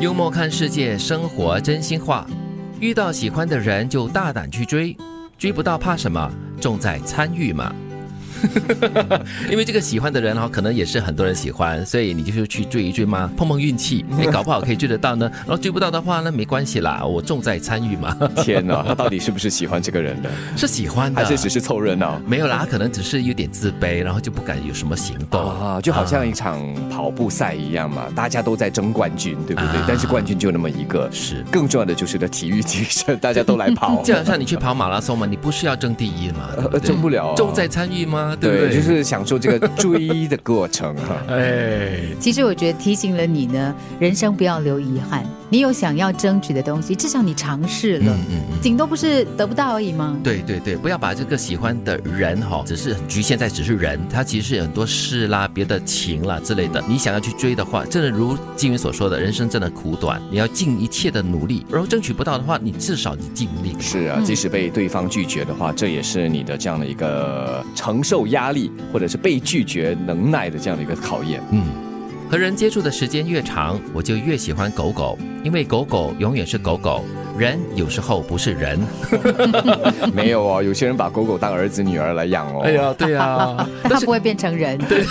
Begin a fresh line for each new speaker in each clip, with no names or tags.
幽默看世界，生活真心话。遇到喜欢的人就大胆去追，追不到怕什么？重在参与嘛。 因为这个喜欢的人哈、可能也是很多人喜欢，所以你就是去追一追嘛，碰碰运 气，哎，搞不好可以追得到呢。然后追不到的话呢，没关系啦，我重在参与嘛，
天哪，他到底是不是喜欢这个人的，
是喜欢的，
还是只是凑热闹？
没有啦，他可能只是有点自卑，然后就不敢有什么行动。
啊，就好像一场跑步赛一样嘛，大家都在争冠军，对不对
啊？
但是冠军就那么一个，
是，
更重要的就是的体育精神，大家都来 跑，
就好像你去跑马拉松嘛，你不是要争第一嘛，对不
呃
对？
争不了啊
重在参与吗？对不对？
对，就是享受这个追的过程啊 哈。
哎，
其实我觉得提醒了你呢，人生不要留遗憾。你有想要争取的东西，至少你尝试了，
嗯嗯嗯。
顶多不是得不到而 已吗？
对对对，不要把这个喜欢的人哈、只是局限在只是人，他其实有很多事啦、别的情啦之类的。你想要去追的话，真的如金云所说的，人生真的苦短，你要尽一切的努力，然后争取不到的话，你至少你尽力。
是啊，即使被对方拒绝的话，这也是你的这样的一个承受压力，或者是被拒绝能耐的这样的一个考验。
嗯，和人接触的时间越长，我就越喜欢狗狗，因为狗狗永远是狗狗，人有时候不是人。
没有哦，有些人把狗狗当儿子女儿来养哦。
哎 呀，对呀、
但他不会变成人。对，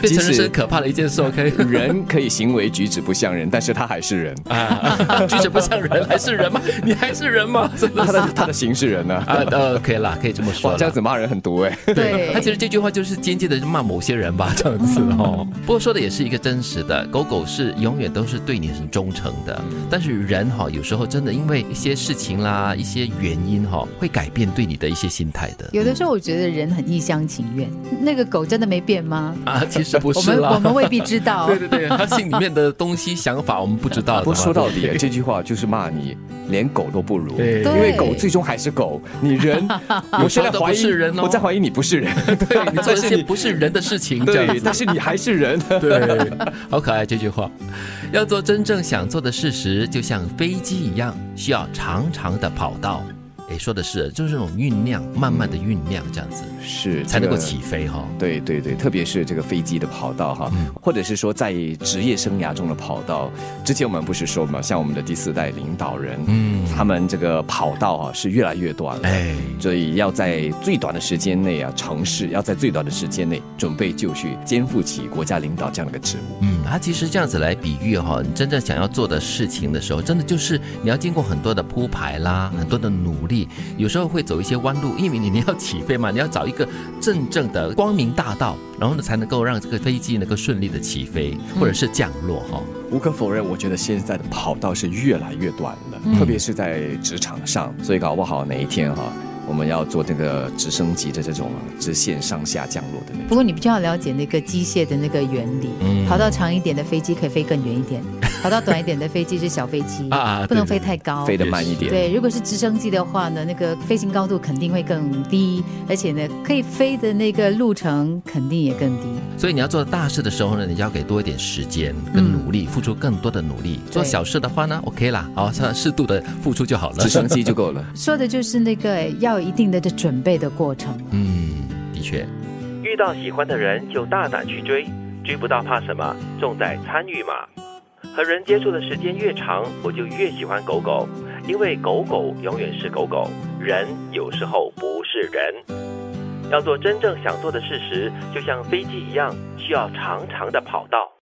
变成
即
人
使
生可怕的一件事，OK？
人可以行为举止不像人，但是他还是 人，
啊，举止不像人，还是人吗？你还是人吗？真的
他
是
的 他的形是人呢、啊。
啊，呃，可以啦，可以这么 说
哇，
啦。
这样子骂人很毒 哎、
他其实这句话就是间接的骂某些人吧，这样子哦。不过说的也是一个真实的，狗狗是永远都是对你很忠诚的，但是人哈、有时候真的因为一些事情啦、一些原因哈、会改变对你的一些心态的。
有的时候我觉得人很一厢情愿。那个狗真的没变吗？
啊，其实不
我
是
们我
啦。
们未必知道
对。对对，他心里面的东西、想法我们不知道的
不
嘛。
过说到底，这句话就是骂你连狗都不如，
对
因为狗最终还是狗，你 人有些
有时候
人
都
怀
不
疑
是人哦
我在怀疑你不是人，
对你做
但
一
是
些
你
不是人的事情， 这样
对，
子
但。是你还 是人。
对，好可爱这句话。要做真正想做的事时，就像飞机一样，需要长长的跑道。诶，说的是，就是那种酝酿，慢慢的酝酿，这样子
是
才能够
这个
起飞哈、
对对对，特别是这个飞机的跑道哈，
嗯
或者是说在职业生涯中的跑道。之前我们不是说嘛，像我们的第四代领导人，
嗯
他们这个跑道啊是越来越短了。
哎，
所以要在最短的时间内啊，尝试要在最短的时间内准备就绪，肩负起国家领导这样的一个职务。
嗯，它其实这样子来比喻哈、你真正想要做的事情的时候，真的就是你要经过很多的铺排啦，很多的努力，有时候会走一些弯路，因为你你要起飞嘛，你要找一个真正的光明大道，然后呢才能够让这个飞机能够顺利的起飞
嗯
或者是降落哈、
无可否认，我觉得现在的跑道是越来越短了，特别是在职场上。所以搞不好哪一天哈、我们要做这个直升机的这种啊直线上下降落的那种。
不过你比较了解那个机械的那个原理，
嗯
跑道长一点的飞机可以飞更远一点，跑道短一点的飞机是小飞机
啊啊，
不能
对对
飞太高。
飞得慢一点。
对，如果是直升机的话呢，那个飞行高度肯定会更低，而且呢，可以飞的那个路程肯定也更低。
所以你要做大事的时候呢，你要给多一点时间
嗯
跟努力，付出更多的努力。做小事的话呢，OK 啦，好，适度的付出就好了
直。升机就够了。
说的就是那个哎要有一定的这准备的过程。
嗯，的确。遇到喜欢的人就大胆去追，追不到怕什么？重在参与嘛。和人接触的时间越长，我就越喜欢狗狗，因为狗狗永远是狗狗，人有时候不是人。要做真正想做的事时，就像飞机一样，需要长长的跑道。